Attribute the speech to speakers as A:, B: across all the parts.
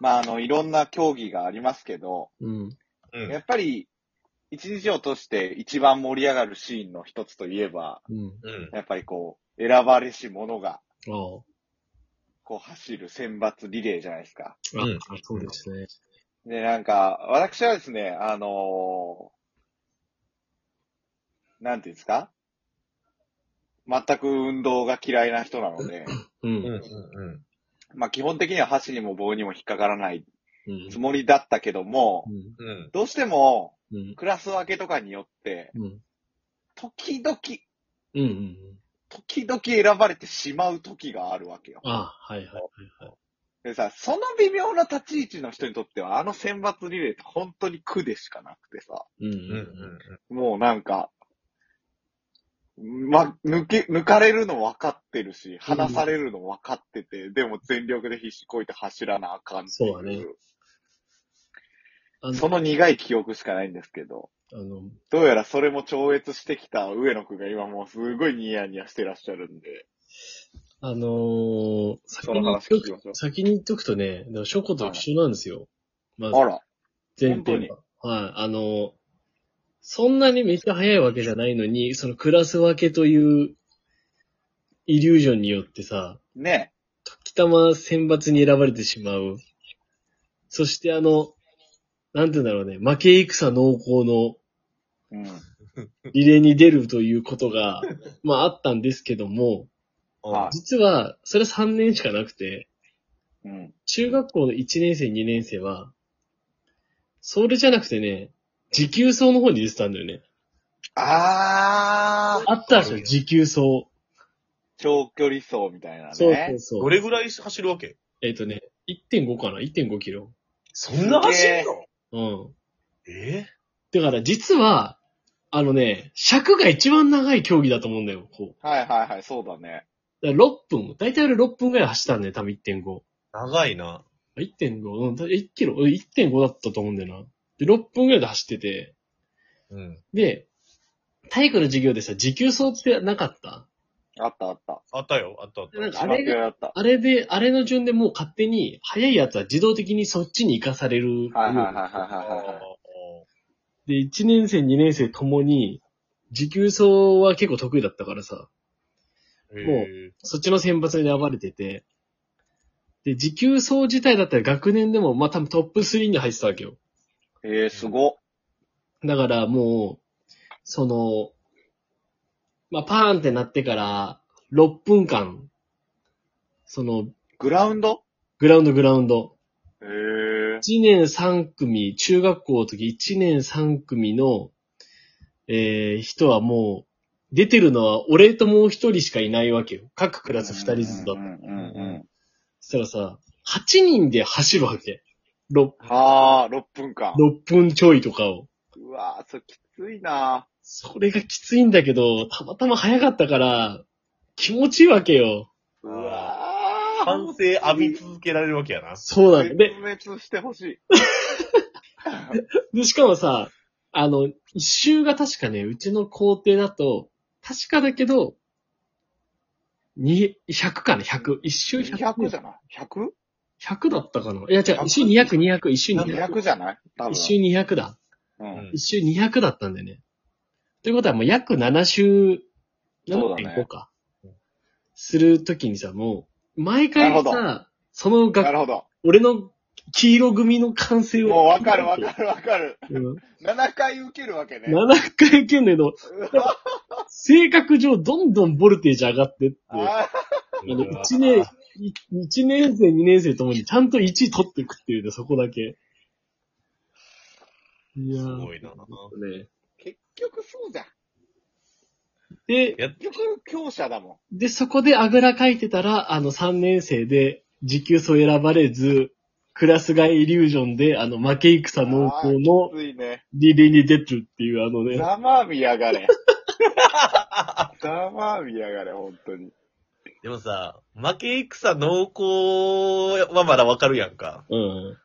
A: まあ、あの、いろんな競技がありますけど、
B: うん。
C: うん
A: やっぱり、一日を通して一番盛り上がるシーンの一つといえば、
B: うん。
C: うん。
A: やっぱりこう、選ばれし者が、
B: あ
A: こう、走る選抜リレーじゃないですか。
B: あ。
C: うん
B: あそうですね。
A: で、なんか、私はですね、あのーなんていうんですか全く運動が嫌いな人なので、
B: う
C: うん。
B: ん。
C: うん。
A: まあ基本的には箸にも棒にも引っかからない
B: うん
A: つもりだったけども
B: う、ん。
C: うん。
A: どうしても
B: うん。
A: クラス分けとかによって、
B: うん。
A: 時々、
B: うん。うん。
A: 時々選ばれてしまう時があるわけよ。
B: ああ、はいはいはいはい。
A: でさ、その微妙な立ち位置の人にとっては、あの選抜リレーって本当に苦でしかなくてさ、
B: うん
C: うん。うん。
A: もうなんか、ま、抜け、抜かれるの分かってるし、離されるの分かってて、でも全力で必死こいて走らなあかんってい
B: そうだねあ
A: そ
B: の、
A: の苦い記憶しかないんですけど、
B: あの、
A: どうやらそれも超越してきた上野くんが今もうすごいニヤニヤしてらっしゃるんで、
B: あのー先
A: そ
B: に
A: の
B: 言っ
A: 話
B: と
A: 聞きましょ
B: く
A: う
B: 先に言っとくとね、でもショコと一緒なんですよ。ま
A: あら、
B: 前編が。はい。あの、そんなにめっちゃ早いわけじゃないのに、そのクラス分けというイリュージョンによってさ、
A: ね
B: 時たま選抜に選ばれてしまう。そしてあの、なんて言うんだろうね、負け戦濃厚の
A: え。うん。
B: リレーに出るということが、まああったんですけども、
A: は
B: 実はそれは3年しかなくて、
A: うん。
B: 中学校の1年生、2年生は、それじゃなくてね、持久走の方に出てたんだよね。
A: あー、
B: あったでしょ、持久走。
A: 長距離走みたいなね。
B: そうそうそう。
C: どれぐらい走るわけ
B: えっ、とね、1.5かな ?1.5 キロ。
C: そんな走るの
B: うん。
C: え
B: だから実は、あのね、尺が一番長い競技だと思うんだよ、こう。
A: はいはいはい、そうだね。
B: だから6分、だいたい俺6分ぐらい走ったんだよ、多分1.5。
C: 長いな。
B: 1.5、うん、1キロ、うん1.5だったと思うんだよな。で、6分ぐらいで走ってて、
C: うん。
B: で、体育の授業でさ、持久走ってなかった
A: あったあった。
C: あったよ、あったあっ
B: でなん
C: た。
B: かあれが、
A: だった。
B: あれで、あれの順でもう勝手に、速いやつは自動的にそっちに行かされる。
A: はいはいはいはいはいはい。
C: あ
B: で、1年生、2年生ともに、持久走は結構得意だったからさ、
C: ー
B: もう
C: へ
B: そっちの選抜に選ばれてて、で、持久走自体だったら学年でも、まあ、多分トップ3に入ってたわけよ。
A: えー、すごっ。
B: だからもう、その、まあ、パーンってなってから、6分間、その、
A: グラウンド
B: グラウンドグラウンド、
A: えー、
B: 1年3組、中学校の時1年3組の、えー、人はもう、出てるのは俺ともう一人しかいないわけよ。各クラス2人ずつだ
A: う
B: と。
A: んうんうんうん。
B: そしたらさ、8人で走るわけ。6、
A: はー、6分間。
B: 6分ちょいとかを。
A: うわー、それきついな
B: それがきついんだけど、たまたま早かったから、気持ちいいわけよ。
A: うわー。
C: 歓声浴び続けられるわけやな。
B: そうなんだ。
A: 絶
B: で、
A: 滅してほしい。
B: で、しかもさ、あの、一周が確かね、うちの校庭だと、確かだけど、に、100かな、100。一周100。
A: 200じゃない ?100?
B: 100だったかな。いや、違う、一周200、200、一周200。
A: 200じゃない多分。
B: 一周200だ。
A: う
C: うん
A: ん。
B: 一周200だったんだよね。ということはもう約7周、
A: そうだね
B: 7.5か。するときにさ、もう、毎回
A: な
B: さ、その
A: な
B: 学、
A: るほど。
B: 俺の黄色組の完成を。
A: もうわかるわかるわかる。
B: うん。
A: 7回受けるわけね。
B: 7回受けんだけど、
A: うわ
B: 性格上どんどんボルテージ上がってって、あ
A: あ
B: の、1年、い一年生、2年生ともにちゃんと1位取っていくっていうね、そこだけ。いや
C: す
B: ー
C: ごいな。
B: ね。
A: ー結局そうじゃん。
B: で、
C: やっ
A: 結局強者だも
B: で、そこであぐらかいてたら、あの、3年生で、時給層選ばれず、クラス外イリュージョンで、あの、負け戦濃厚の
A: ん。つい ね。
B: リレーに出てるっていう、あのね、
A: ざまあみやが れ。ざまあみやがれ、本当に。
C: でもさ、負け戦濃厚はまだわかるやんか。
B: うん。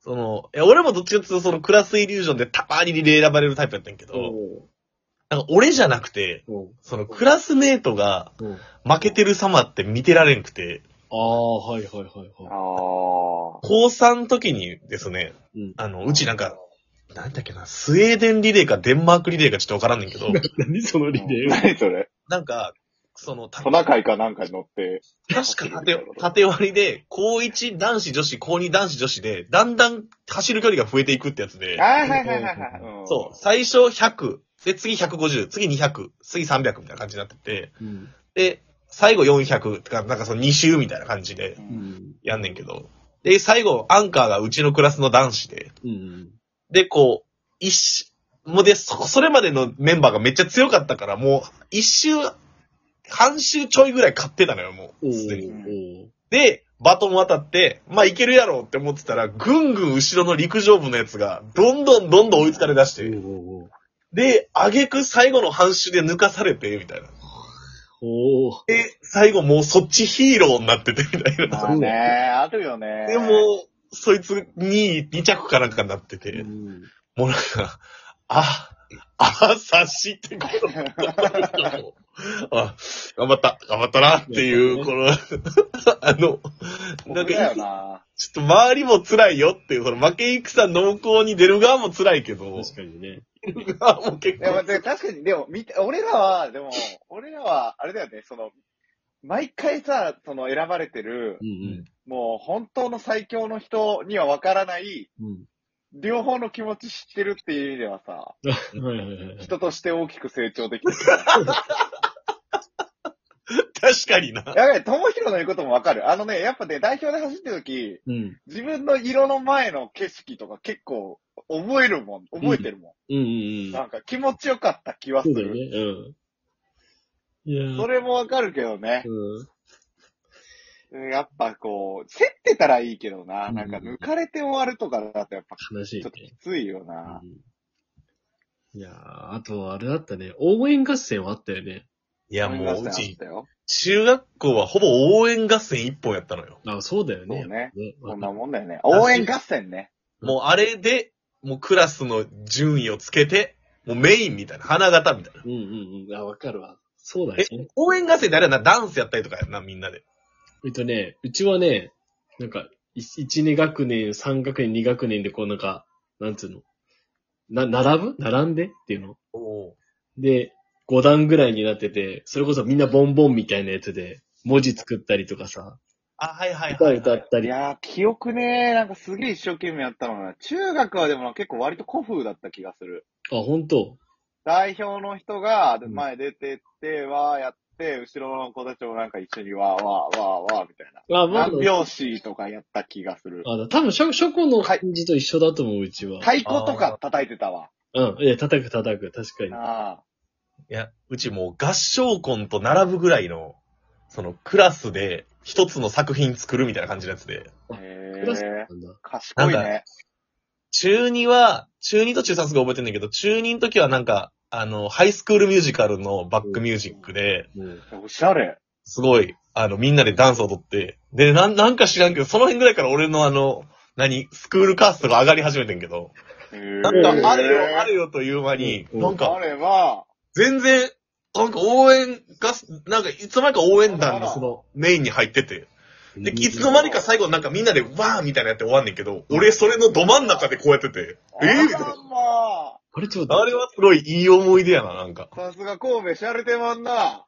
C: その、いや、俺もどっちかっていうと、そのクラスイリュージョンでたまにリレー選ばれるタイプやったんやけど、なんか俺じゃなくて、
B: うん。
C: そのクラスメートが
B: うん。
C: 負けてる様って見てられんくて、
B: ああ、はいはいはいは
A: あ
C: 高3の時にですね、
B: うん
C: あの、うちなんか、なんだっけな、スウェーデンリレーかデンマークリレーかちょっとわからんねん けど、
B: い。何そのリレ
A: ー。
B: ー。
A: 何それ
C: なんか、その、た
A: トナカイかなんかに乗って。
C: 確か縦縦割りで、高1男子女子、高2男子女子で、だんだん走る距離が増えていくってやつで、
A: はい
B: はいはいはいはい
C: そう、最初100、で、次150、次200、次300みたいな感じになってて、
B: うん。
C: で、最後400とか、なんかその2周みたいな感じで
A: う。
B: うんん。
C: やんねんけど、で、最後、アンカーがうちのクラスの男子で、
B: うん。
C: で、こう、一周、もうで、そ、それまでのメンバーがめっちゃ強かったから、もう、一周、半周ちょいぐらい勝ってたのよ、も
B: お
C: う、
B: ー
C: すでに。
B: おー
C: で、バトン渡って、まあいけるやろうって思ってたら、ぐんぐん後ろの陸上部のやつが、どんどんどんどん追いつかれ出し
B: お
C: て、
B: ーおー
C: で、あげく最後の半周で抜かされて、みたいな。
B: おー
C: で、最後もうそっちヒーローになってて、みたいな。
A: まあね、あるよね。
C: で、もう、そいつ2位、2着かなんかになってて、
B: うん
C: もうなんか、あ、あ、察しってことだったんだとあ、頑張った、頑張ったなっていう、この、あの、 な
A: 僕
C: ん
A: だ
C: か
A: よ、な。
C: ちょっと周りも辛いよっていう、その負け戦濃厚に出る側も辛いけど、
B: 確かにね。
C: 出る側も結
A: でも
C: 構、
A: で確かに、でも、見て、俺らは、でも、俺らは、あれだよね、その、毎回さ、その選ばれてる
B: う、ん
A: もう本当の最強の人にはわからない、
B: うん。
A: 両方の気持ち知ってるっていう意味ではさ、
B: うん。はいはいはい。
A: 人として大きく成長できてる。
C: 確かにな。
A: やべえ、ともひろの言うこともわかる。あのね、やっぱね、代表で走ってるとき、
B: うん。
A: 自分の色の前の景色とか結構覚えるもん、覚えてるも。
B: うんうんうんん。
A: なんか気持ちよかった気はす
B: そうだよ
A: る。
B: ね。うん。いやー
A: それもわかるけどね。
B: うん。
A: やっぱこう、競ってたらいいけどな。
B: うん
A: なんか抜かれて終わるとかだとやっぱ
B: 悲しい
A: ちょっと
B: ね。
A: きついよな。
B: うんいやーあとあれだったね。応援合戦はあったよね。
C: いや、
A: 思い
C: もう、う
A: まし
C: ち、
A: たよ。
C: 中学校はほぼ応援合戦一本やったのよ。
B: あそうだよね。
A: そうね
B: わ
A: こん
B: か
A: な
B: る
A: もんだよね。応援合戦ね。
C: もうあれで、もうクラスの順位をつけて、もうメインみたいな、花形みたいな。
B: うんうんうん。あ、わかるわ。そうだよね。
C: 応援合戦であれやな、ダンスやったりとかやんな、みんなで。
B: えっとね、うちはね、なんか、1、2学年、3学年、2学年でこうなんか、なんつうの。な、並ぶ並んでっていうの。
C: お
B: で、5段ぐらいになってて、それこそみんなボンボンみたいなやつで、文字作ったりとかさ、
C: あ、はいはい
B: 歌
C: はい、
B: 歌った
A: い
B: り。
A: やー、記憶ねー、なんかすげえ一生懸命やったのな。中学はでも結構割と古風だった気がする。
B: あ、本当
A: 代表の人が
B: ん
A: 前出てって、わーやって、後ろの子たちもなんか一緒にわーわーわーわーみたいな。
B: あ、まあ、
A: 何拍子とかやった気がする。
B: あの、多分、初初歩の感じと一緒だと思う、うちは。
A: 太鼓とか叩いてたわ。
B: うん。え、叩く叩く、確かに。
A: あ
C: いや、うちもう合唱コンと並ぶぐらいの、そのクラスで一つの作品作るみたいな感じのやつで。
A: あ。
B: クラスな
A: へえ。
B: んだ。
A: 賢い
C: なん
A: ね。
C: 中2は、中2と中3すごい覚えてんだけど、中2の時はなんか、あの、ハイスクールミュージカルのバックミュージックで、
B: うん。
A: おしゃれ。
C: すごい、あの、みんなでダンスを踊って、で、なん、なんか知らんけど、その辺ぐらいから俺のあの、何、スクールカーストが上がり始めてんけど、
A: な
C: なんか、あれよ、あ
A: れ
C: れよという間に、
B: うん
C: なん
A: あ
C: か、
A: れは、
C: 全然、なんか応援が、なんか、いつの間にか応援団のその、メインに入ってて、で、いつの間にか最後なんかみんなで、わーみたいなやって終わんねんけど、俺それのど真ん中でこうやってて、えーみたいな。
A: まあ、
B: あれちょっと
C: あ
B: 待っ
C: れはすごいいい思い出やな、なんか。
A: さすが神戸、しゃれてまんな。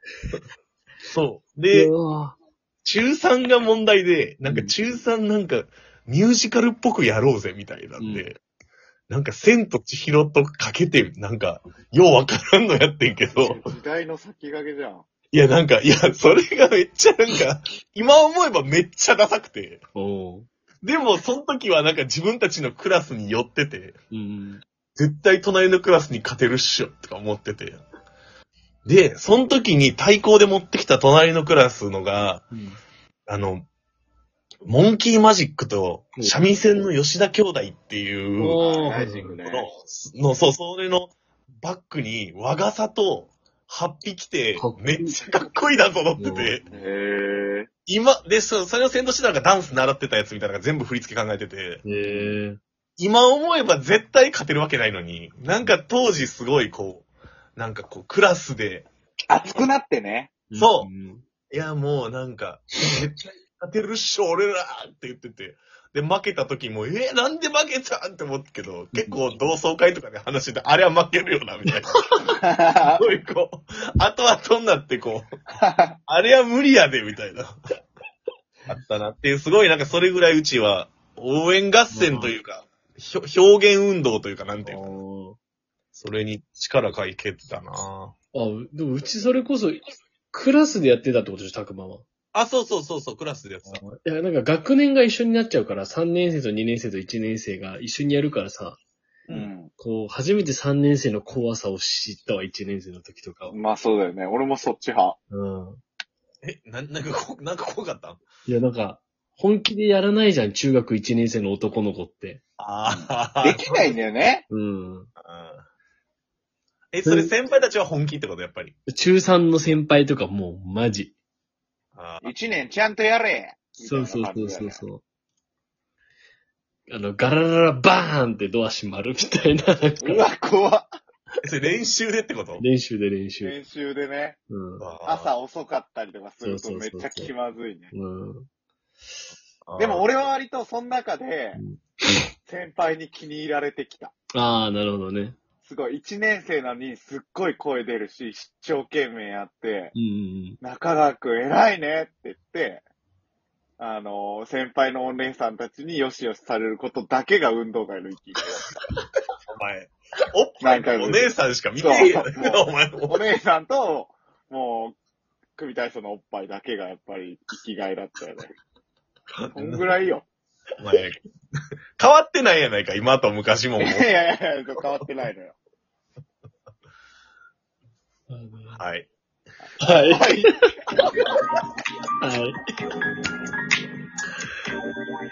C: そう。
B: て。
C: で、
B: うわ
C: 中3が問題で、なんか中3なんか、ミュージカルっぽくやろうぜ、みたいなん
B: う
C: で、なんか、千と千尋とかけて、なんか、ようわからんのやってんけど、
A: 時代の先駆けじゃん。
C: いや、なんか、いや、それがめっちゃなんか、今思えばめっちゃダサくて。
B: おう
C: でも、その時はなんか自分たちのクラスに寄ってて、
B: うん。
C: 絶対隣のクラスに勝てるっしょ、とか思ってて。で、その時に対抗で持ってきた隣のクラスのが、
B: うん。
C: あの、モンキーマジックと、三味線の吉田兄弟っていう、
B: お
A: ライ
B: ー
A: ジングね
C: こ。の、のそう、それのバックに、和傘と、8匹て
B: かっこ、い
C: め
B: い
C: っちゃかっこいいなと思ってて。
A: へえ。
C: 今、で、そそれを先導してたのがダンス習ってたやつみたいなのが全部振り付け考えてて、
B: へえ。
C: 今思えば絶対勝てるわけないのに、なんか当時すごいこう、なんかこうクラスで、
A: 熱くなってね。
C: そう
B: うん。
C: いやもうなんか、絶勝てるっしょ、俺らって言ってて。で、負けた時も、えー、なんで負けたんって思ったけど、結構同窓会とかで話してて、あれは負けるよな、みたいな。すごいこう、後々になってこう、あれは無理やで、みたいな。あったなっていう、すごいなんかそれぐらいうちは、応援合戦というか、ひょ表現運動というか、なんていうか、それに力かいけてたな
B: あーあ、でもうちそれこそ、クラスでやってたってことでしょ、たくまは。
C: あ、そうそうそうそう、クラスでやってた。
B: いや、なんか学年が一緒になっちゃうから、3年生と2年生と1年生が一緒にやるからさ、
A: う。ん。
B: こう、初めて3年生の怖さを知ったわ、1年生の時とかは。
A: まあそうだよね。俺もそっち派。
B: うん。
C: え、な、なんかこ、なんか怖かった
B: いや、なんか、本気でやらないじゃん、中学1年生の男の子って。
C: ああ
A: できないんだよね。
B: うん。
C: え、それ先輩たちは本気ってことやっぱり。
B: 中3の先輩とかもう、マジ。
C: あー
A: 一年ちゃんとやれみた
B: そ
A: いな
B: うそう
A: 感
B: そ
A: じ
B: う
A: だよ
B: そう
A: ね
B: そう。あの、ガラララバーンってドア閉まるみたいな、なん
A: う
B: か
A: わ、怖っ
C: えそれ練習でってこと
B: 練習で練習。
A: 練習でね、
B: うん。
A: 朝遅かったりとかすると
B: そうそう
A: めっ
B: そうそう
A: ちゃ気まずいね。
B: うん。
A: でも、俺は割とその中で
B: うん、
A: 先輩に気に入られてきた。
B: ああ、なるほどね。
A: すごい、一年生なのにすっごい声出るし、一生懸命やって、
B: うんうん
A: 中川くん偉いねって言って、あの、先輩のお姉さんたちによしよしされることだけが運動会の域。
C: お前、おっぱいのお姉さんしか見てへんやん
A: そうそう
C: お前も。
A: お姉さんと、もう、組体操のおっぱいだけがやっぱり生きがいだったよね。そんぐらいよ。
C: お前 変わってないやないか、今と昔も
A: い
C: もう。
A: やいやいや、変わってないのよ。
B: うん。
C: はい。
B: は
A: は
B: い。
A: い。
B: はい。